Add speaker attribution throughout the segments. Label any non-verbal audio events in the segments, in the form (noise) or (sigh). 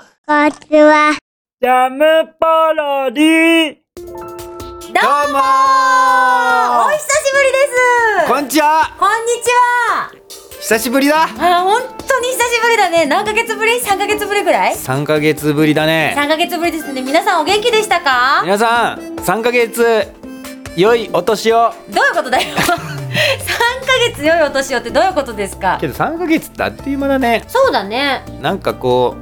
Speaker 1: ちは。
Speaker 2: ジャムパロディ
Speaker 3: どうも
Speaker 4: どうも
Speaker 3: お
Speaker 4: ー
Speaker 3: 久しぶりです
Speaker 4: こんにちは
Speaker 3: こんにちは
Speaker 4: 久しぶりだ
Speaker 3: あ本当に久しぶりだね何ヶ月ぶり ?3 ヶ月ぶりぐらい
Speaker 4: !3 ヶ月ぶりだね
Speaker 3: ?3 ヶ月ぶりですね皆さんお元気でしたか
Speaker 4: 皆さん、3ヶ月、良いお年を
Speaker 3: どういうことだよ (laughs) 3ヶ月良いお年をってどういうことですか
Speaker 4: けど3ヶ月ってあっという間だね
Speaker 3: そうだね
Speaker 4: なんかこ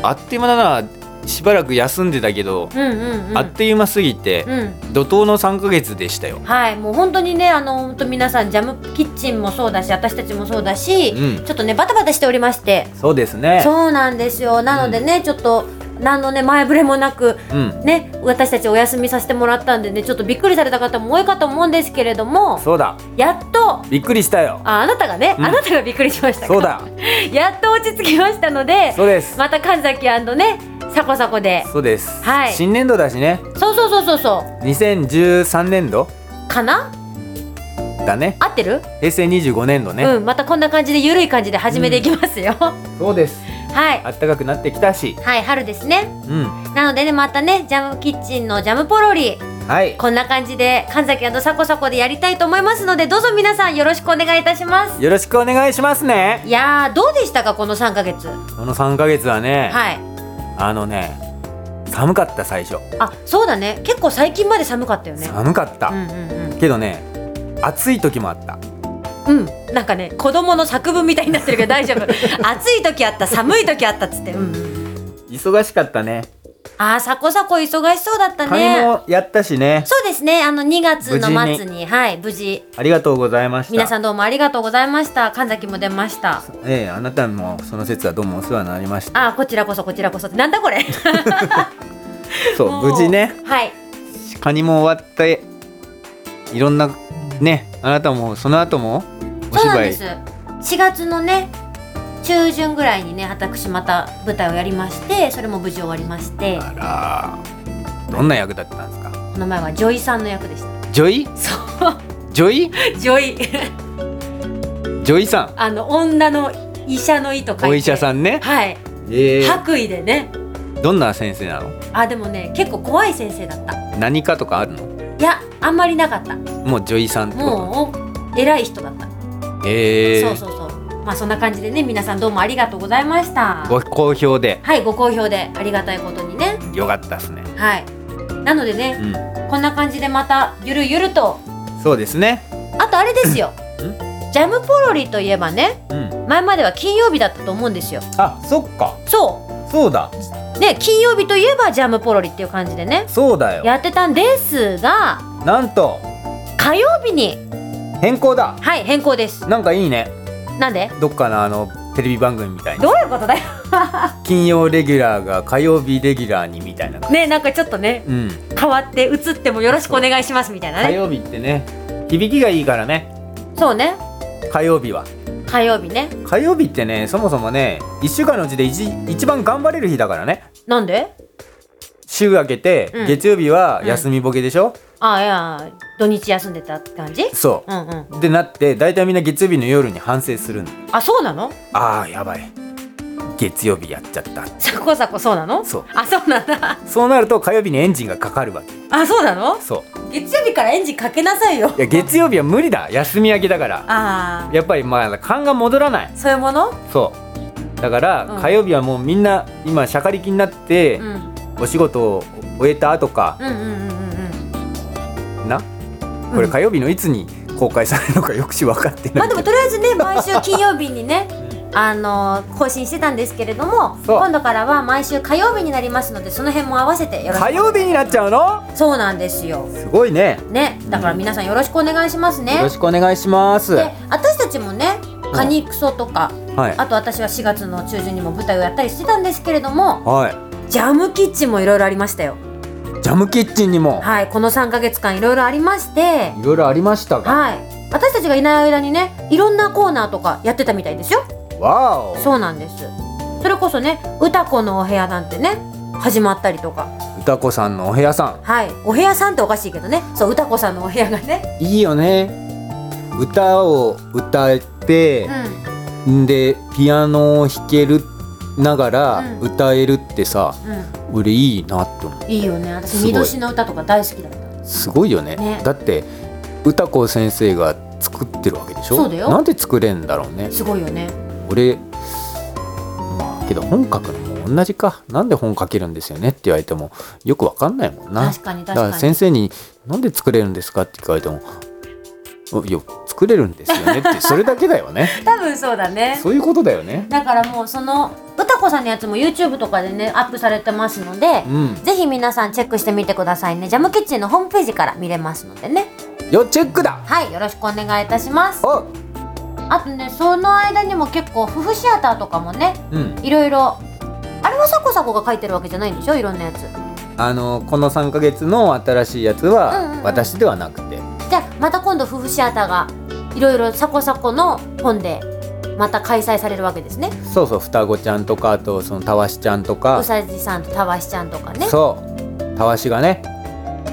Speaker 4: う、あっという間だなしばらく休んでたけど、
Speaker 3: うんうんうん
Speaker 4: あっという間すぎて、
Speaker 3: うん
Speaker 4: 怒涛の3ヶ月でしたよ
Speaker 3: はいもう本当にねあの本当皆さんジャムキッチンもそうだし私たちもそうだし、
Speaker 4: うん
Speaker 3: ちょっとねバタバタしておりまして
Speaker 4: そうですね
Speaker 3: そうなんですよなのでね、ちょっと何のね前触れもなく
Speaker 4: うん、
Speaker 3: ね、私たちお休みさせてもらったんでねちょっとびっくりされた方も多いかと思うんですけれども
Speaker 4: そうだ
Speaker 3: やっと
Speaker 4: びっくりしたよ
Speaker 3: ああなたがね、
Speaker 4: うん
Speaker 3: あなたがびっくりしましたか
Speaker 4: そうだ
Speaker 3: やっと落ち着きましたので
Speaker 4: そう
Speaker 3: (laughs)
Speaker 4: です
Speaker 3: また神崎ねサコサコで
Speaker 4: そうです、
Speaker 3: はい
Speaker 4: 新年度だしね
Speaker 3: そうそうそうそうそ
Speaker 4: 2013年度
Speaker 3: うかな
Speaker 4: だね
Speaker 3: 合ってる、
Speaker 4: 平成25年度ね、
Speaker 3: うんまたこんな感じでゆるい感じで始めていきますよ、
Speaker 4: そうです
Speaker 3: はい
Speaker 4: あったかくなってきたし
Speaker 3: はい春ですね
Speaker 4: うん
Speaker 3: なのでねまたねジャムキッチンのジャムポロリ
Speaker 4: はい
Speaker 3: こんな感じで神崎サコサコでやりたいと思いますのでどうぞ皆さんよろしくお願いいたします
Speaker 4: よろしくお願いしますね
Speaker 3: いやーどうでしたかこの3ヶ月は
Speaker 4: この3ヶ月はね、
Speaker 3: い
Speaker 4: あのね寒かった最初
Speaker 3: あそうだね結構最近まで寒かったよね
Speaker 4: 寒かった、
Speaker 3: うんうん
Speaker 4: けどね暑い時もあった
Speaker 3: うんうんなんかね子供の作文みたいになってるけど大丈
Speaker 4: (laughs)
Speaker 3: 夫暑い時あった寒い時あったっつって、うんうん、
Speaker 4: 忙しかったね
Speaker 3: あーサコサコ忙しそうだった
Speaker 4: 髪
Speaker 3: ね
Speaker 4: もやったしね
Speaker 3: そうですねあの2月の
Speaker 4: 無事に
Speaker 3: 末にはい無事
Speaker 4: ありがとうございました
Speaker 3: 皆さんどうもありがとうございました神崎も出ました
Speaker 4: ええあなたもその節はどうもお世話になりました
Speaker 3: あーこちらこそこちらこそってなんだこれ
Speaker 4: そ
Speaker 3: も
Speaker 4: う無事ね
Speaker 3: はい
Speaker 4: カニも終わっていろんなねあなたもその後もお
Speaker 3: そうな
Speaker 4: 芝
Speaker 3: んで
Speaker 4: 居
Speaker 3: す4月のね中旬ぐらいにね私また舞台をやりましてそれも無事終わりまして
Speaker 4: あらどんな役だったんですか
Speaker 3: この前はジョイさんの役でし
Speaker 4: (laughs) ジョイ
Speaker 3: た。
Speaker 4: ジョイ
Speaker 3: ジョイ
Speaker 4: ジョイさん
Speaker 3: (laughs) あの女の医者の医と書いて
Speaker 4: お医者さんね
Speaker 3: はい、
Speaker 4: えー
Speaker 3: 白衣でね
Speaker 4: どんな先生なの
Speaker 3: あでもね結構怖い先生だったい
Speaker 4: 何かとかあるの
Speaker 3: やあんまりなかった
Speaker 4: もう女医さんってこ
Speaker 3: もう偉い人だった、
Speaker 4: とえ
Speaker 3: そう
Speaker 4: ー
Speaker 3: そうそうまあそんな感じでね皆さんどうもありがとうございました
Speaker 4: ご好評で
Speaker 3: はいご好評でありがたいことにね
Speaker 4: よかったですね
Speaker 3: はいなのでね、
Speaker 4: う
Speaker 3: こんな感じでまたゆるゆると
Speaker 4: んそうですね
Speaker 3: あとあれですよ
Speaker 4: ん
Speaker 3: ジャムポロリといえばね
Speaker 4: うん
Speaker 3: 前までは金曜日だったと思うんですよ
Speaker 4: あそっか
Speaker 3: そ
Speaker 4: そうだ
Speaker 3: うね金曜日といえばジャムポロリっていう感じでね
Speaker 4: そうだよ
Speaker 3: やってたんですが
Speaker 4: なんと
Speaker 3: 火曜日に
Speaker 4: 変更だ
Speaker 3: はい変更です
Speaker 4: なんかいいね
Speaker 3: なんで
Speaker 4: どっかのあのテレビ番組みたいに
Speaker 3: どういうことだよ (laughs)
Speaker 4: 金曜レギュラーが火曜日レギュラーにみたいな
Speaker 3: ねなんかちょっとね
Speaker 4: うん
Speaker 3: 変わって移ってもよろしくお願いしますみたいな
Speaker 4: 火
Speaker 3: ね
Speaker 4: 曜日ってね響きがいいからね
Speaker 3: そうね
Speaker 4: 火曜日は
Speaker 3: 火曜日ね
Speaker 4: 火曜日ってねそもそもね1週間のうちで一一番頑張れる日だからね
Speaker 3: なんで
Speaker 4: 週明けて、
Speaker 3: うん
Speaker 4: 月曜日は休みボケでしょ、
Speaker 3: あいや土日休んでたって感じ
Speaker 4: そ
Speaker 3: うんうん
Speaker 4: うでなって大体みんな月曜日の夜に反省するの
Speaker 3: あそうなの
Speaker 4: あーやばい月曜日やっちゃった
Speaker 3: サコサコそうなの
Speaker 4: そう
Speaker 3: あそうなんだ
Speaker 4: そうなると火曜日にエンジンがかかるわけ
Speaker 3: あそうなの (laughs)
Speaker 4: そう
Speaker 3: 月曜日からエンジンかけなさいよ
Speaker 4: いや月曜日は無理だ休み明けだから
Speaker 3: あ
Speaker 4: やっぱりまあ勘が戻らない
Speaker 3: あそういうもの
Speaker 4: そうだか
Speaker 3: う
Speaker 4: ら
Speaker 3: ん
Speaker 4: 火曜日はもうみんな今しゃかりきになって
Speaker 3: うんうん
Speaker 4: お仕事を終えた後か
Speaker 3: うんうんうんうん
Speaker 4: なこれ火曜日のいつに公開されるのかよくし分かって
Speaker 3: ま
Speaker 4: な
Speaker 3: あ
Speaker 4: い
Speaker 3: でもとりあえずね毎週金曜日にね (laughs) あのー更新してたんですけれども
Speaker 4: そう
Speaker 3: 今度からは毎週火曜日になりますのでその辺も合わせてよろし
Speaker 4: 火曜日になっちゃうの
Speaker 3: くそうなんですよ
Speaker 4: すごいね
Speaker 3: ねだから皆さんよろしくお願いします
Speaker 4: よ
Speaker 3: ね
Speaker 4: ろしくお願いします
Speaker 3: で私たちもねカニクソとか
Speaker 4: はい
Speaker 3: あと私は4月の中旬にも舞台をやったりしてたんですけれども
Speaker 4: は
Speaker 3: ジャムキッチンもいろいろありましたよ
Speaker 4: いジャムキッチンにも
Speaker 3: はいこの3ヶ月間いろいろありまして
Speaker 4: いろいろありましたが
Speaker 3: はい私たちがいない間にねいろんなコーナーとかやってたみたいですよ
Speaker 4: わお
Speaker 3: そうなんですそれこそね歌子のお部屋なんてね始まったりとか
Speaker 4: 歌子さんのお部屋さ
Speaker 3: はいお部屋さんっておかしいけどねそう歌子さんのお部屋がね
Speaker 4: んいいよね歌を歌って
Speaker 3: うん
Speaker 4: でピアノを弾けるながら
Speaker 3: うん
Speaker 4: 歌えるってさ、
Speaker 3: う
Speaker 4: 俺いいなって思
Speaker 3: ん、いいよね
Speaker 4: す
Speaker 3: 私
Speaker 4: ごい
Speaker 3: 二度死の歌とか大好きだった
Speaker 4: うすごいよね
Speaker 3: ね
Speaker 4: だって歌子先生が作ってるわけでしょ
Speaker 3: そうだよ
Speaker 4: なんで作れんだろうね
Speaker 3: すごいよね
Speaker 4: 俺まあけど本書くのも同じかなんで本書けるんですよねって言われてもよくわかんないもんな
Speaker 3: 確かに
Speaker 4: だ
Speaker 3: 確
Speaker 4: から
Speaker 3: かに
Speaker 4: 先生に「なんで作れるんですか?」って聞かれても「おいや作れるんですよね」
Speaker 3: (laughs)
Speaker 4: ってそれだけだよね
Speaker 3: 多分そうだね
Speaker 4: そういうことだよね
Speaker 3: だからもうその歌子さんのやつも YouTube とかでねアップされてますので、
Speaker 4: うん
Speaker 3: ぜひ皆さんチェックしてみてくださいねジャムキッチンのホームページから見れますのでね
Speaker 4: よチェックだ
Speaker 3: はいよろしくお願いいたします
Speaker 4: お
Speaker 3: あとねその間にも結構夫婦シアターとかもね
Speaker 4: うん
Speaker 3: いろいろあれはサコサコが書いてるわけじゃないんでしょいろんなやつ
Speaker 4: あのこの3ヶ月の新しいやつ
Speaker 3: うんうんう
Speaker 4: は
Speaker 3: ん
Speaker 4: 私ではなくて、
Speaker 3: じゃあまた今度夫婦シアターがいろいろサコサコの本でまた開催されるわけですね
Speaker 4: そうそう双子ちゃんとかあとそのたわしちゃんとか
Speaker 3: うさじさんとたわしちゃんとかね
Speaker 4: そうたわしがね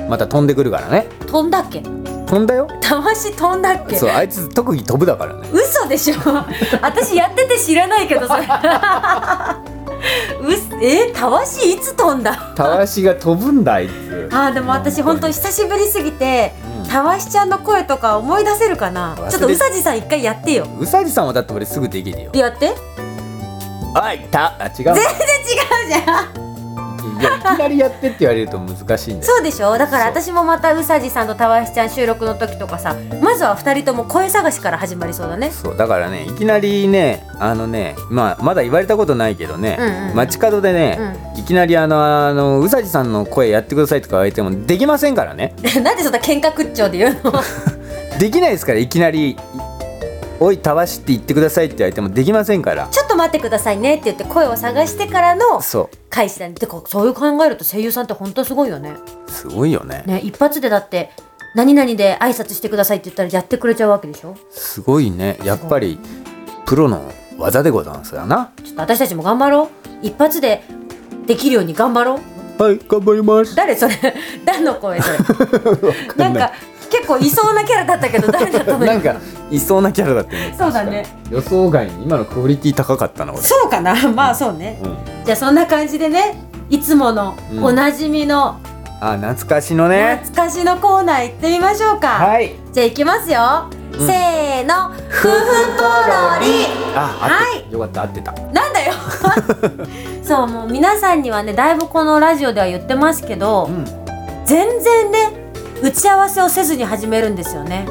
Speaker 4: また飛んでくるからね
Speaker 3: 飛んだっけ
Speaker 4: 飛んだよ
Speaker 3: たわし飛んだっけ
Speaker 4: そうあいつ特技飛ぶだからね
Speaker 3: 嘘でしょ私やってて知らないけどそ
Speaker 4: (laughs)
Speaker 3: れうすえたわしいつ飛んだ
Speaker 4: たわしが飛ぶんだあいつ
Speaker 3: あーでも私本当久しぶりすぎて
Speaker 4: うん
Speaker 3: たわしちゃんの声とか思い出せるかな
Speaker 4: 忘れ
Speaker 3: ちょっとうさじさん一回やってよ
Speaker 4: うさじさんはだって俺すぐできるよ
Speaker 3: や (laughs) って
Speaker 4: おいたあ違う
Speaker 3: 違うじゃん
Speaker 4: いやいきなりやってって言われると難しいんだよ
Speaker 3: そうでしょだから私もまたうさじさんとたわしちゃん収録の時とかさまずは2人とも声探しから始まりそうだね
Speaker 4: そうだからねいきなりねあのね、まあ、まだ言われたことないけどね、
Speaker 3: うんうん
Speaker 4: 街角でね、いきなりあのあのうさじさんの声やってくださいとか言われてもできませんからね
Speaker 3: (laughs) なんでそんな喧嘩口調で言 (laughs) うの
Speaker 4: できないですからいきなり「おいたわし」って言ってくださいって言われてもできませんから
Speaker 3: ちょっと待ってくださいねって言って声を探してからの
Speaker 4: そ
Speaker 3: 開始だねてかそういう考えると声優さんって本当すごいよね
Speaker 4: うすごいよね
Speaker 3: ね一発でだって何々で挨拶してくださいって言ったらやってくれちゃうわけでしょ
Speaker 4: すごいねやっぱりプロの技でござんすよな
Speaker 3: ちょっと私たちも頑張ろう一発でできるように頑張ろう
Speaker 4: はい頑張ります
Speaker 3: 誰それ (laughs) 誰の
Speaker 4: (laughs)
Speaker 3: 声それなんか結構いそうなキャラだったけど誰だったの
Speaker 4: なんかいそうなキャラだったよね
Speaker 3: そうだね
Speaker 4: 確かに予想外に今のクオリティ高かったな俺
Speaker 3: そうかな (laughs) まあそうね
Speaker 4: うん
Speaker 3: じゃあそんな感じでねいつもの
Speaker 4: うん
Speaker 3: おなじみの
Speaker 4: あ懐かしのね
Speaker 3: 懐かしのコーナー行ってみましょうか、
Speaker 4: はい
Speaker 3: じゃあ行きますよ、
Speaker 4: ん
Speaker 3: せーの夫婦ポロリ
Speaker 4: あ合ってたよかった合ってた
Speaker 3: なんだよ (laughs) そうもう皆さんにはねだいぶこのラジオでは言ってますけど、
Speaker 4: うん
Speaker 3: 全然ね打ち合わせをせずに始めるんですよね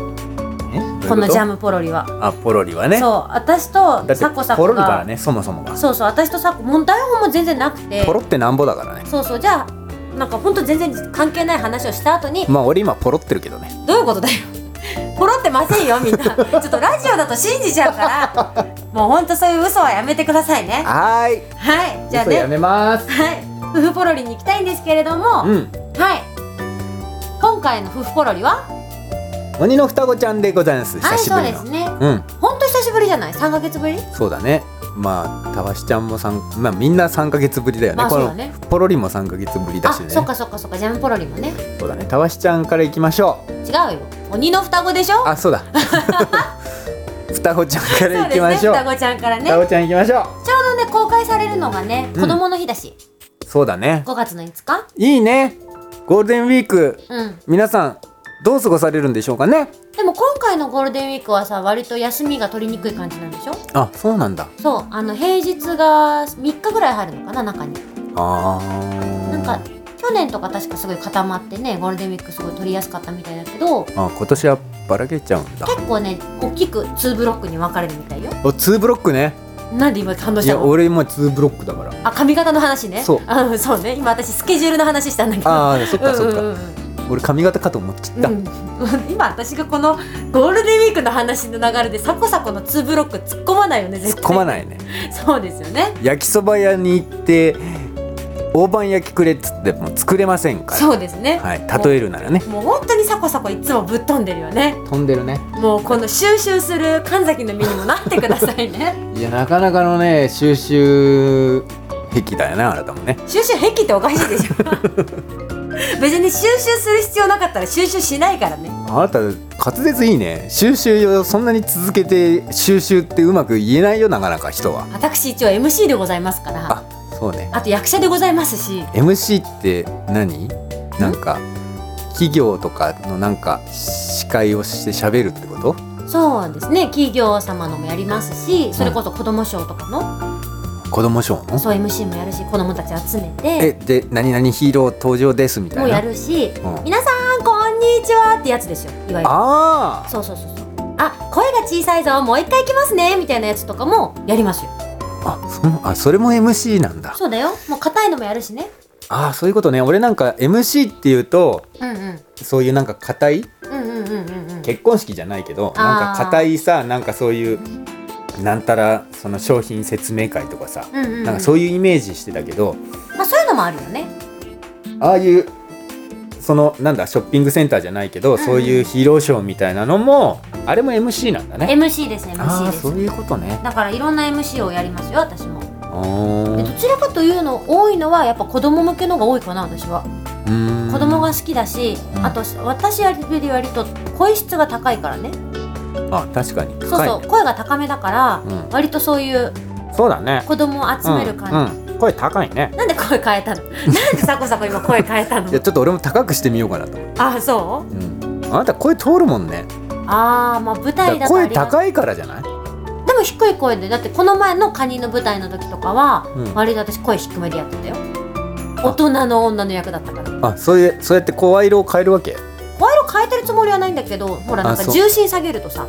Speaker 4: え
Speaker 3: このジャ
Speaker 4: ム
Speaker 3: ムポロリは、
Speaker 4: あポロリはね
Speaker 3: そう私と
Speaker 4: だって
Speaker 3: サコサ
Speaker 4: ポ
Speaker 3: コ
Speaker 4: ロリか
Speaker 3: が、
Speaker 4: らねそもそもが
Speaker 3: そうそう私とサコもう台本も全然なくて
Speaker 4: ポロってなんぼだからね
Speaker 3: そうそうじゃあなんかほんと全然関係ない話をした後に
Speaker 4: まあ俺今ポロってるけどね
Speaker 3: どういうことだよ (laughs) ポロってませんよみんなちょっとラジオだと信じちゃうからもうほんとそういう嘘はやめてくださいね
Speaker 4: はーい
Speaker 3: はいじゃあ
Speaker 4: 嘘や
Speaker 3: ね
Speaker 4: めます
Speaker 3: はい夫婦ポロリに行きたいんですけれども、
Speaker 4: うん
Speaker 3: はい今回の夫婦ポロリは
Speaker 4: 鬼の双子ちゃんでございます
Speaker 3: は
Speaker 4: 久
Speaker 3: い
Speaker 4: し
Speaker 3: そ
Speaker 4: ぶ
Speaker 3: う
Speaker 4: り
Speaker 3: で
Speaker 4: の
Speaker 3: すね
Speaker 4: うん
Speaker 3: ほんと久しぶりじゃない3ヶ月ぶり
Speaker 4: そうだねまあたわしちゃんも三まあみんな三ヶ月ぶりだよね,、
Speaker 3: まあ
Speaker 4: こ
Speaker 3: そう
Speaker 4: の
Speaker 3: だね
Speaker 4: ポロリも三ヶ月ぶりだ
Speaker 3: あ
Speaker 4: しね
Speaker 3: そっかそっかそっかジャムポロリもね
Speaker 4: そうだねたわしちゃんからいきましょう
Speaker 3: 違うよ鬼の双子でしょ
Speaker 4: あそう
Speaker 3: (laughs)
Speaker 4: だ双子ちゃんか
Speaker 3: そ
Speaker 4: ら
Speaker 3: う
Speaker 4: い
Speaker 3: で
Speaker 4: き
Speaker 3: すね
Speaker 4: ましょう
Speaker 3: 双子ちゃんからねち
Speaker 4: 双
Speaker 3: ょう
Speaker 4: 子ちゃんいきましょ
Speaker 3: どね公開されるのがね
Speaker 4: うん
Speaker 3: 子供の日だし、
Speaker 4: うそうだね
Speaker 3: 5月の5日
Speaker 4: いいねゴールデンウィーク
Speaker 3: うん
Speaker 4: 皆さんどう過ごされるんでしょうかね
Speaker 3: でも今回のゴールデンウィークはさ割と休みが取りにくい感じなんでしょ
Speaker 4: あそうなんだ
Speaker 3: そうあの平日が3日ぐらい入るのかな中に
Speaker 4: あー
Speaker 3: なんか去年とか確かすごい固まってねゴールデンウィークすごい取りやすかったみたいだけど
Speaker 4: あ今年はばらけちゃうんだ
Speaker 3: 結構ね大きく2ブロックに分かれるみたいよ
Speaker 4: お2ブロックね
Speaker 3: なんで今感動し
Speaker 4: い
Speaker 3: た
Speaker 4: や
Speaker 3: の
Speaker 4: 俺今2ブロックだから
Speaker 3: あ髪型の話ね
Speaker 4: そう
Speaker 3: あそうね今私スケジュールの話したんだけど
Speaker 4: ああそっかそっ
Speaker 3: うんうん
Speaker 4: か
Speaker 3: うん
Speaker 4: 俺髪型かと思っちゃった、
Speaker 3: うん (laughs) 今私がこのゴールデンウィークの話の流れでサコサコの2ブロック突っ込まないよね絶
Speaker 4: 突っ
Speaker 3: 対
Speaker 4: 込まないね
Speaker 3: そうですよね
Speaker 4: 焼きそば屋に行って大判焼きくれっつっても作れませんから
Speaker 3: そうですね、
Speaker 4: はい、例えるならね
Speaker 3: もう本当にサコサコいつもぶっ飛んでるよね
Speaker 4: 飛んでるね
Speaker 3: もうこの収集する神崎の身にもなってくださいね
Speaker 4: (laughs) いやなかなかのね収集癖だよねあなたもね
Speaker 3: 収集癖っておかしいでしょ (laughs) 別に収集する必要なかったら収集しないからね
Speaker 4: あなた滑舌いいね収集をそんなに続けて収集ってうまく言えないよなかなか人は
Speaker 3: 私一応 MC でございますから
Speaker 4: あ
Speaker 3: あ
Speaker 4: そうね
Speaker 3: と役者でございますし
Speaker 4: MC って何なんか企業とかのなんか司会をして喋るってこと
Speaker 3: そうですね企業様のもやりますしそれこそ子ども賞とかの、
Speaker 4: 子供ショーの
Speaker 3: そう MC もやるし子どもたち集め
Speaker 4: え
Speaker 3: て
Speaker 4: で何々ヒーロー登場ですみたいな
Speaker 3: もやるし
Speaker 4: うん
Speaker 3: 皆さんこんにちはってやつですよいわゆる
Speaker 4: あ
Speaker 3: そうそうそうそうあ声が小さいぞもう一回行きますねみたいなやつとかもやりますよ
Speaker 4: ーあそあそれも MC なんだ
Speaker 3: そうだよもう硬いのもやるしね
Speaker 4: あーそういうことね俺なんか MC っていうと
Speaker 3: うんうん
Speaker 4: そういうなんか硬い
Speaker 3: うんうんうんうんうん
Speaker 4: 結婚式じゃないけど
Speaker 3: あー
Speaker 4: なんか硬いさなんかそういうなんたらその商品説明会とかさ、
Speaker 3: うんうんうん
Speaker 4: なんかそういうイメージしてたけど
Speaker 3: まあそういうのもあるよね
Speaker 4: ああいうそのなんだショッピングセンターじゃないけど、
Speaker 3: ん
Speaker 4: そういうヒーローショーみたいなのもあれも MC なんだね。
Speaker 3: MC です
Speaker 4: あ
Speaker 3: MC
Speaker 4: あ
Speaker 3: で
Speaker 4: そう
Speaker 3: す
Speaker 4: いうことね。
Speaker 3: だからいろんな MC をやりますよ私も
Speaker 4: あ
Speaker 3: でどちらかというの多いのはやっぱ子供向けのが多いかな私は子
Speaker 4: 子
Speaker 3: 供が好きだし
Speaker 4: うん
Speaker 3: あと私は割と声質が高いからね
Speaker 4: あ確かに
Speaker 3: そう
Speaker 4: 深いね
Speaker 3: そう声が高めだから
Speaker 4: うん
Speaker 3: 割とそういう
Speaker 4: そうだね。
Speaker 3: 子供を集める感
Speaker 4: じ。
Speaker 3: じ
Speaker 4: うん声高いね。
Speaker 3: なんで声変えたの (laughs) なんでサコサコ今声変えたの
Speaker 4: いやちょっと俺も高くしてみようかなと思って。
Speaker 3: あそ
Speaker 4: うん、あなた声通るもんね。
Speaker 3: うあーまあ舞
Speaker 4: だか
Speaker 3: 台
Speaker 4: ら
Speaker 3: だとあ
Speaker 4: 声
Speaker 3: りが
Speaker 4: 高いからじゃない？
Speaker 3: でも低い声でだってこの前のカニの舞台の時とかは、
Speaker 4: うん
Speaker 3: 割と私声低めでやってたよ大人の女の役だったから声
Speaker 4: あそういうそうやって声色を変えるわけ。
Speaker 3: 色変えてるつもりはないんだけどほらなん
Speaker 4: あ
Speaker 3: か
Speaker 4: そう
Speaker 3: 重心下げるとさ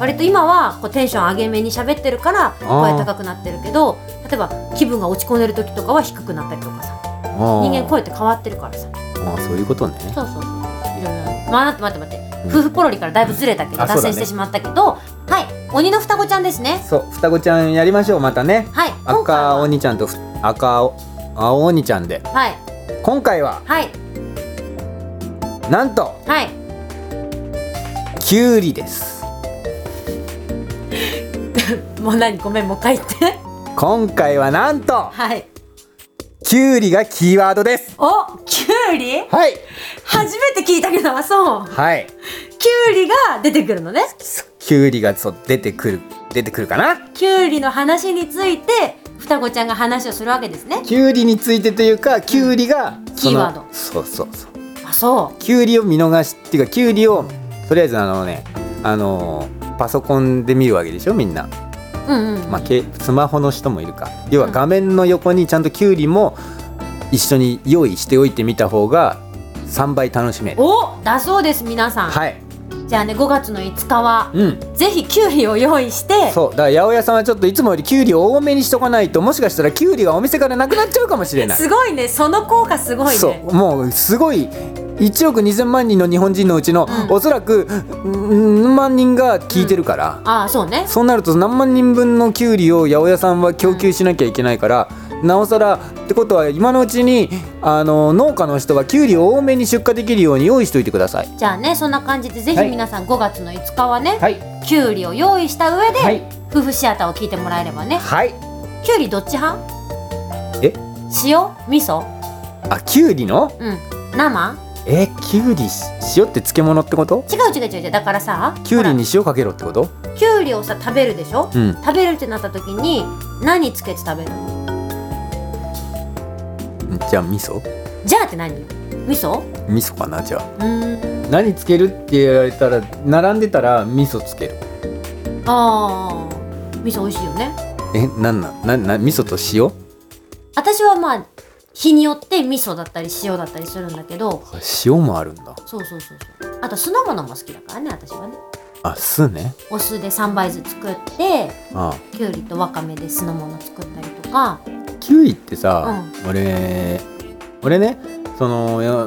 Speaker 3: 割と今はこうテンション上げめに喋ってるから声高くなってるけど例えば気分が落ち込んでる時とかは低くなったりとかさ人
Speaker 4: 人
Speaker 3: 間声って変わってるからさ
Speaker 4: ああそういうことね。
Speaker 3: そうそうそういろいろまあ待って待って待って、
Speaker 4: うん
Speaker 3: 夫婦ポロリからだいぶずれたけど
Speaker 4: あそう
Speaker 3: 脱
Speaker 4: だね
Speaker 3: 線してしまったけど、はい鬼の双子ちゃんですね
Speaker 4: そう双子ちゃんやりましょうまたね。
Speaker 3: はい今回
Speaker 4: 赤
Speaker 3: は
Speaker 4: 鬼ちゃんとふ赤青青鬼ちゃんで
Speaker 3: はい
Speaker 4: 今回は
Speaker 3: はい
Speaker 4: なんと
Speaker 3: はい
Speaker 4: キュウリです。
Speaker 3: もう何ごめんもう一
Speaker 4: (laughs)
Speaker 3: 回言って
Speaker 4: 今回はなんと
Speaker 3: はい
Speaker 4: キュウリがキーワードです。
Speaker 3: おキュウリ
Speaker 4: はい
Speaker 3: 初めて聞いたけどそう
Speaker 4: はい。
Speaker 3: キュウリが出てくるのね
Speaker 4: キュウリがそう出てくる出てくるかな
Speaker 3: キュウリの話について双子ちゃんが話をするわけですね
Speaker 4: キュウリについてというかキュウリがその
Speaker 3: キーワード
Speaker 4: そうそうそう
Speaker 3: あそう
Speaker 4: キュウリを見逃しっていうかキュウリをとりあえずあのねあのーパソコンで見るわけでしょみんな、
Speaker 3: うんうん、
Speaker 4: まあ、けスマホの人もいるか要は画面の横にちゃんとキュウリも一緒に用意しておいてみた方が3倍楽しめる
Speaker 3: おだそうです皆さん、
Speaker 4: はい
Speaker 3: じゃあね5月の5日は
Speaker 4: うん
Speaker 3: ぜひキュウリを用意して
Speaker 4: そうだから八百屋さんはちょっといつもよりキュウリを多めにしとかないともしかしたらキュウリがお店からなくなっちゃうかもしれない
Speaker 3: すごいねその効果すごい
Speaker 4: そ
Speaker 3: ね
Speaker 4: うもうすごい1億2,000万人の日本人のうちの、
Speaker 3: うん
Speaker 4: おそらくうん万人が聞いてるから、
Speaker 3: ああそうね
Speaker 4: そうなると何万人分のキュウリを八百屋さんは供給しなきゃいけないから、なおさらってことは今のうちにあの農家の人はキュウリを多めに出荷できるように用意しておいてください。
Speaker 3: じゃあねそんな感じでぜひ
Speaker 4: はい
Speaker 3: 皆さん5月の5日はね、
Speaker 4: はい、
Speaker 3: キュウリを用意した上で、
Speaker 4: はい
Speaker 3: 夫婦シアターを聞いてもらえればね
Speaker 4: はい、
Speaker 3: キュウリどっち派
Speaker 4: え
Speaker 3: 塩味噌
Speaker 4: あキュウリの
Speaker 3: うん生
Speaker 4: えキュウリ塩って漬物ってこと
Speaker 3: 違う違う違う違うだからさ
Speaker 4: キュウリ
Speaker 3: ほ
Speaker 4: に塩かけろってこと
Speaker 3: らキュウリをさ食べるでしょ、
Speaker 4: うん
Speaker 3: 食べるってなった時に何つけて食べるの
Speaker 4: じゃあ味噌
Speaker 3: じゃあって何味噌う
Speaker 4: 味噌かなじゃあ。
Speaker 3: ーん
Speaker 4: 何つけるって言われたら並んでたら味噌つける
Speaker 3: あー味噌美味しいよね
Speaker 4: えなんなんなな味噌と塩
Speaker 3: 私はまあ日によって味噌だったり塩だったりするんだけど
Speaker 4: あ塩もあるんだ
Speaker 3: そうそうそうそうあと酢の物も好きだからね私はね
Speaker 4: あ酢ね
Speaker 3: お酢で3杯ずつ作って
Speaker 4: あ
Speaker 3: きゅうりとわかめで酢の物作ったりとか
Speaker 4: キュウリってさ、俺俺ねそのいや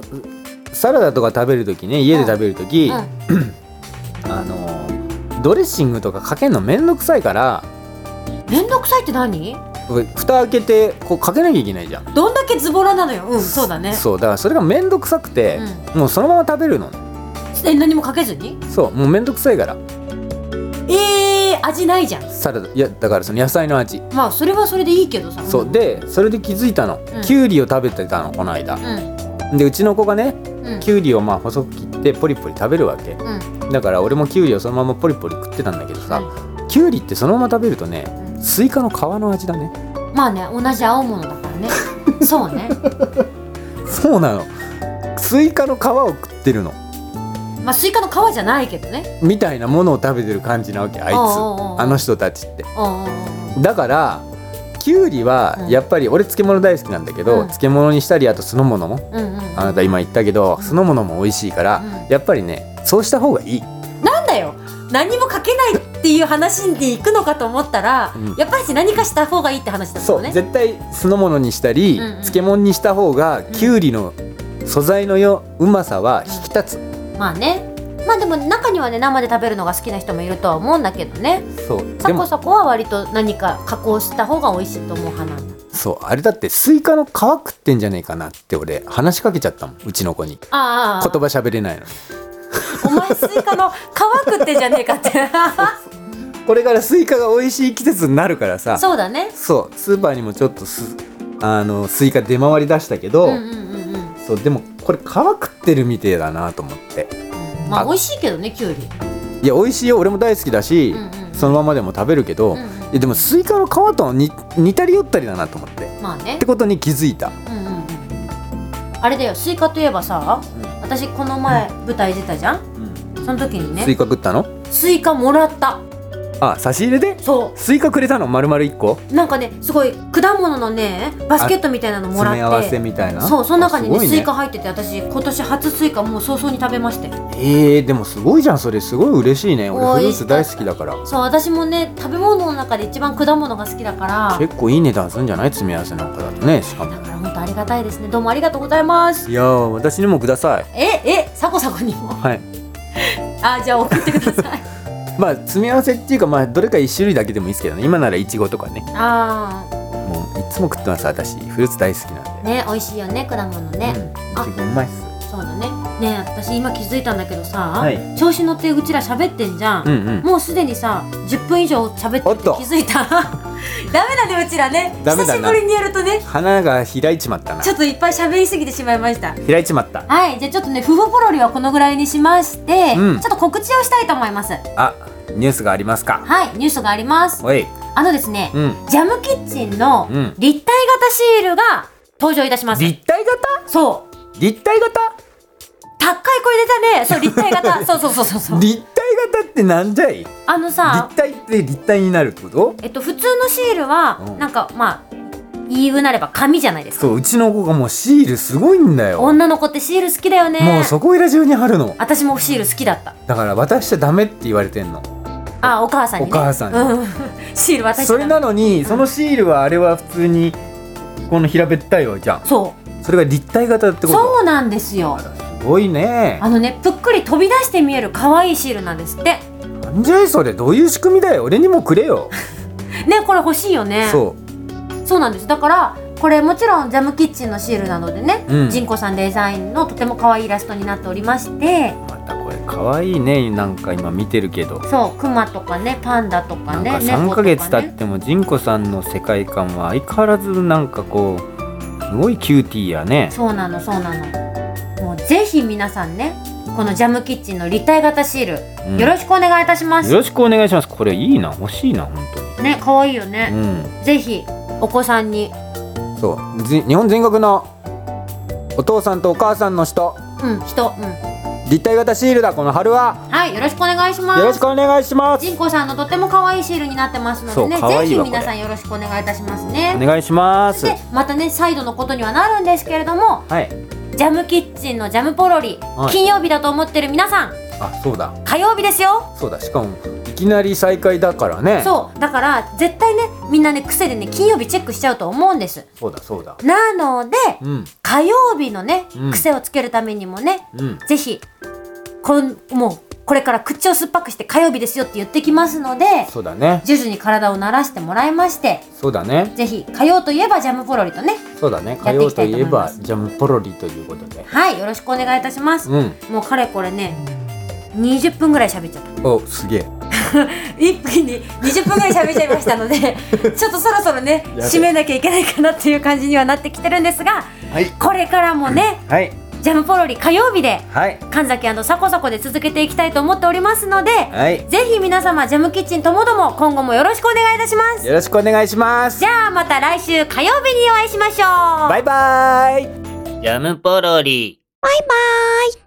Speaker 4: サラダとか食べる時ね家で食べる時、
Speaker 3: う
Speaker 4: あのドレッシングとかかけるのめんどくさいから
Speaker 3: んめんどくさいって何
Speaker 4: これ蓋開けてこうかけなきゃいけないじゃん
Speaker 3: どんだけズボラなのようんそうだね
Speaker 4: そうだからそれがめんどくさくて、もうそのまま食べるの
Speaker 3: え何もかけずに
Speaker 4: そうもうめんどくさいから
Speaker 3: えー、味ないじゃん
Speaker 4: サラダいやだからその野菜の味
Speaker 3: まあそれはそれでいいけどさ
Speaker 4: そうでそれで気づいたの、
Speaker 3: うん
Speaker 4: きゅうりを食べてたのこの間
Speaker 3: うん
Speaker 4: でうちの子がね
Speaker 3: うん
Speaker 4: きゅうりをまあ細く切ってポリポリ食べるわけ
Speaker 3: うん
Speaker 4: だから俺もきゅうりをそのままポリポリ食ってたんだけどさ、
Speaker 3: う
Speaker 4: きゅうりってそのまま食べるとね
Speaker 3: ん
Speaker 4: スイカの皮の味だね
Speaker 3: まあね同じ青物だからねそうね
Speaker 4: そうなのスイカの皮を食ってるの
Speaker 3: まあスイカの皮じゃないけどね
Speaker 4: みたいなものを食べてる感じなわけあいつ
Speaker 3: おうおうおう
Speaker 4: あの人たちって
Speaker 3: うんうんうん
Speaker 4: だからきゅうりは
Speaker 3: うん
Speaker 4: やっぱり俺漬物大好きなんだけど、
Speaker 3: うん
Speaker 4: 漬物にしたりあと酢の物も
Speaker 3: うんうんうん
Speaker 4: あなた今言ったけど酢の物も美味しいから、
Speaker 3: うん
Speaker 4: やっぱりねそうした方がいい
Speaker 3: なんだよ何もかけないっていう話に行くのかと思ったら、
Speaker 4: うん
Speaker 3: やっぱり何かした方がいいって話だった
Speaker 4: そ
Speaker 3: の
Speaker 4: う、
Speaker 3: ね
Speaker 4: 絶対酢の物にしたり、
Speaker 3: うんうん
Speaker 4: 漬物にした方がきゅうりの素材のようまさは引き立つ、
Speaker 3: まあねまあでも中にはね生で食べるのが好きな人もいるとは思うんだけどね
Speaker 4: そうで
Speaker 3: サコ
Speaker 4: も
Speaker 3: サコは割と何か加工した方が美味しいと思う派なんだ
Speaker 4: そうあれだってスイカの皮食ってんじゃねえかなって俺話しかけちゃったもんうちの子に
Speaker 3: あ
Speaker 4: 言
Speaker 3: ああ
Speaker 4: 葉喋れないのに
Speaker 3: あお前スイカの皮食ってんじゃねえかって
Speaker 4: これからスイカが美味しい季節になるからさ
Speaker 3: (laughs) そうだね
Speaker 4: そうスーパーにもちょっとすあのスイカ出回り出したけど、
Speaker 3: うんうんうんうん
Speaker 4: そうでもこれ皮食ってるみてえだなと思って
Speaker 3: まあ
Speaker 4: あ
Speaker 3: 美味しいけどねきゅうり
Speaker 4: いや美味しいよ俺も大好きだし、
Speaker 3: うんうんうん
Speaker 4: そのままでも食べるけど、
Speaker 3: うんうん
Speaker 4: いやでもスイカの皮とは似似たり寄ったりだなと思ってっ
Speaker 3: まあね
Speaker 4: てことに気づいた
Speaker 3: うんうんうんあれだよスイカといえばさ、
Speaker 4: うん
Speaker 3: 私この前舞台出たじゃんその時に
Speaker 4: スイ
Speaker 3: ね
Speaker 4: カ食ったの
Speaker 3: スイカもらった
Speaker 4: あ差し入れで
Speaker 3: そ
Speaker 4: スイカくれたの丸々1個
Speaker 3: うなんかねすごい果物のねバスケットみたいなのもら
Speaker 4: 詰
Speaker 3: って
Speaker 4: め合わせみたいな
Speaker 3: そうその中に
Speaker 4: あ
Speaker 3: ね
Speaker 4: すごい
Speaker 3: スイカ入ってて私今年初スイカもう早々に食べましたよ
Speaker 4: えー、でもすごいじゃんそれすごい嬉しいね俺フ
Speaker 3: 美
Speaker 4: ル
Speaker 3: 味
Speaker 4: ー
Speaker 3: しか
Speaker 4: ツ
Speaker 3: った
Speaker 4: 大好きだから
Speaker 3: そう私もね食べ物の中で一番果物が好きだから
Speaker 4: 結構いい値段するんじゃない詰め合わせなんかだとねしかも
Speaker 3: だから本当ありがたいですねどうもありがとうございます
Speaker 4: いやー私にもください
Speaker 3: ええサコサコにも
Speaker 4: はい
Speaker 3: あじゃあ送ってく
Speaker 4: (laughs)
Speaker 3: ださい
Speaker 4: まあ詰め合わせっていうかまあどれか1種類だけでもいいですけどね今ならいちごとかね
Speaker 3: あー
Speaker 4: もういつも食ってます私フルーツ大好きなんで
Speaker 3: ね美味しいよね果物ね、
Speaker 4: うん、いちごうまいっす
Speaker 3: そうだねねえ私今気づいたんだけどさ、
Speaker 4: はい
Speaker 3: 調子乗ってうちら喋ってんじゃん、
Speaker 4: うんうん
Speaker 3: もうすでにさ10分以上喋って
Speaker 4: お
Speaker 3: る
Speaker 4: っ
Speaker 3: って
Speaker 4: と
Speaker 3: 気づいた (laughs) ダメだねうちらね
Speaker 4: ダメだな
Speaker 3: 久しぶりにやるとね
Speaker 4: 花が開いちまったな
Speaker 3: ちょっといっぱい喋りすぎてしまいました
Speaker 4: 開いちまった
Speaker 3: はいじゃあちょっとね夫婦ポロリはこのぐらいにしまして、
Speaker 4: うん
Speaker 3: ちょっと告知をしたいと思います
Speaker 4: あニュースがありますか
Speaker 3: はいニュースがあります
Speaker 4: おい
Speaker 3: あのですね、
Speaker 4: うん
Speaker 3: ジャムキッチンの
Speaker 4: うん
Speaker 3: 立体型シールが登場いたします、
Speaker 4: 立体型
Speaker 3: そう
Speaker 4: 立体型
Speaker 3: 高い声出たねそう立
Speaker 4: (laughs)
Speaker 3: 体型そうそうそうそうそう
Speaker 4: 立体型ってなんじゃい
Speaker 3: あのさ
Speaker 4: 立体って立体になるってこと
Speaker 3: えっと、普通のシールは、
Speaker 4: うん
Speaker 3: なんかまあ言うなれば紙じゃないですか
Speaker 4: そううちの子がもうシールすごいんだよも
Speaker 3: 女の子ってシール好きだよね
Speaker 4: うそこいら中に貼るの
Speaker 3: 私もシール好きだった
Speaker 4: だから渡しちゃダメって言われてんの
Speaker 3: あお母さんに、ね、
Speaker 4: お母さんに
Speaker 3: うん、シール私
Speaker 4: それなのにそのシールはあれは普通にこの平べったいわじゃん
Speaker 3: そ
Speaker 4: それが立体型ってこ
Speaker 3: う
Speaker 4: と
Speaker 3: そうなんですよ
Speaker 4: あらすごいね
Speaker 3: あのねぷっくり飛び出して見える可愛いシールなんですって
Speaker 4: なんじゃいそれどういう仕組みだよ俺にもくれよ
Speaker 3: ねこれ欲しいよね
Speaker 4: そ
Speaker 3: そうなんですだからこれもちろんジャムキッチンのシールなのでね、
Speaker 4: うん
Speaker 3: ジンコさんデザインのとても可愛いイラストになっておりまして
Speaker 4: うまたこれかわいいねなんか今見てるけど
Speaker 3: そうクマとかねパンダとか
Speaker 4: なん
Speaker 3: ね
Speaker 4: か
Speaker 3: 猫
Speaker 4: 3
Speaker 3: と
Speaker 4: ヶ
Speaker 3: か
Speaker 4: 月経
Speaker 3: ね
Speaker 4: っても仁子さんの世界観は相変わらずなんかこうすごいキューティーやね
Speaker 3: そうなのそうなのもうぜひ皆さんねこのジャムキッチンの立体型シール、
Speaker 4: うん
Speaker 3: よろしくお願いいたします
Speaker 4: よろしくお願いしますこれいいな欲しいな本
Speaker 3: ね可愛いよ
Speaker 4: 当に
Speaker 3: ね、
Speaker 4: う
Speaker 3: ぜひお子さんに
Speaker 4: んそうじ日本全国のお父さんとお母さんの人
Speaker 3: うん人うん
Speaker 4: 立体型シールだこの春は
Speaker 3: はいよろしくお願いします
Speaker 4: よろしくお願いします
Speaker 3: ジンコさんのとっても可愛いシールになってますのでね
Speaker 4: そう可
Speaker 3: ぜ
Speaker 4: 愛い
Speaker 3: ひ
Speaker 4: わ
Speaker 3: 皆さんよろしくお願いいたしますね
Speaker 4: お願いします
Speaker 3: でまたね再度のことにはなるんですけれども
Speaker 4: はい
Speaker 3: ジャムキッチンのジャムポロリ、
Speaker 4: はい
Speaker 3: 金曜日だと思ってる皆さん
Speaker 4: あそうだ
Speaker 3: 火曜日ですよ
Speaker 4: そうだしかもいきなり再開だからね
Speaker 3: そうだから絶対ねみんなね癖でね金曜日チェックしちゃうと思うんです
Speaker 4: そうだそうだ
Speaker 3: なので
Speaker 4: うん
Speaker 3: 火曜日のね、
Speaker 4: うん
Speaker 3: 癖をつけるためにもね
Speaker 4: うん
Speaker 3: ぜひこんもうこれから口を酸っぱくして火曜日ですよって言ってきますので
Speaker 4: そうだね
Speaker 3: 徐々に体を慣らしてもらいまして
Speaker 4: そうだね
Speaker 3: ぜひ火曜といえばジャムポロリとね
Speaker 4: そうだね火
Speaker 3: やってい
Speaker 4: 曜
Speaker 3: きた
Speaker 4: と
Speaker 3: い
Speaker 4: い
Speaker 3: と
Speaker 4: え
Speaker 3: 思いま
Speaker 4: ば
Speaker 3: す
Speaker 4: ジャムポロリということで
Speaker 3: はいよろしくお願いいたします、
Speaker 4: うん
Speaker 3: もうかれこれね20分ぐらい喋っちゃった (laughs)
Speaker 4: おすげえ
Speaker 3: 一気に20分ぐらい喋っちゃいました
Speaker 4: (laughs)
Speaker 3: のでちょっとそろそろね
Speaker 4: やべ
Speaker 3: 締めなきゃいけないかなっていう感じにはなってきてるんですが、
Speaker 4: はい
Speaker 3: これからもね
Speaker 4: はい
Speaker 3: ジャムポロリ火曜日で
Speaker 4: はい
Speaker 3: 神崎サコサコで続けていきたいと思っておりますので、
Speaker 4: はい
Speaker 3: ぜひ皆様ジャムキッチンともども今後もよろしくお願いいたします
Speaker 4: よろしくお願いします
Speaker 3: じゃあまた来週火曜日にお会いしましょう
Speaker 4: バイバイ
Speaker 2: ジャムポロリ。
Speaker 3: バイバイ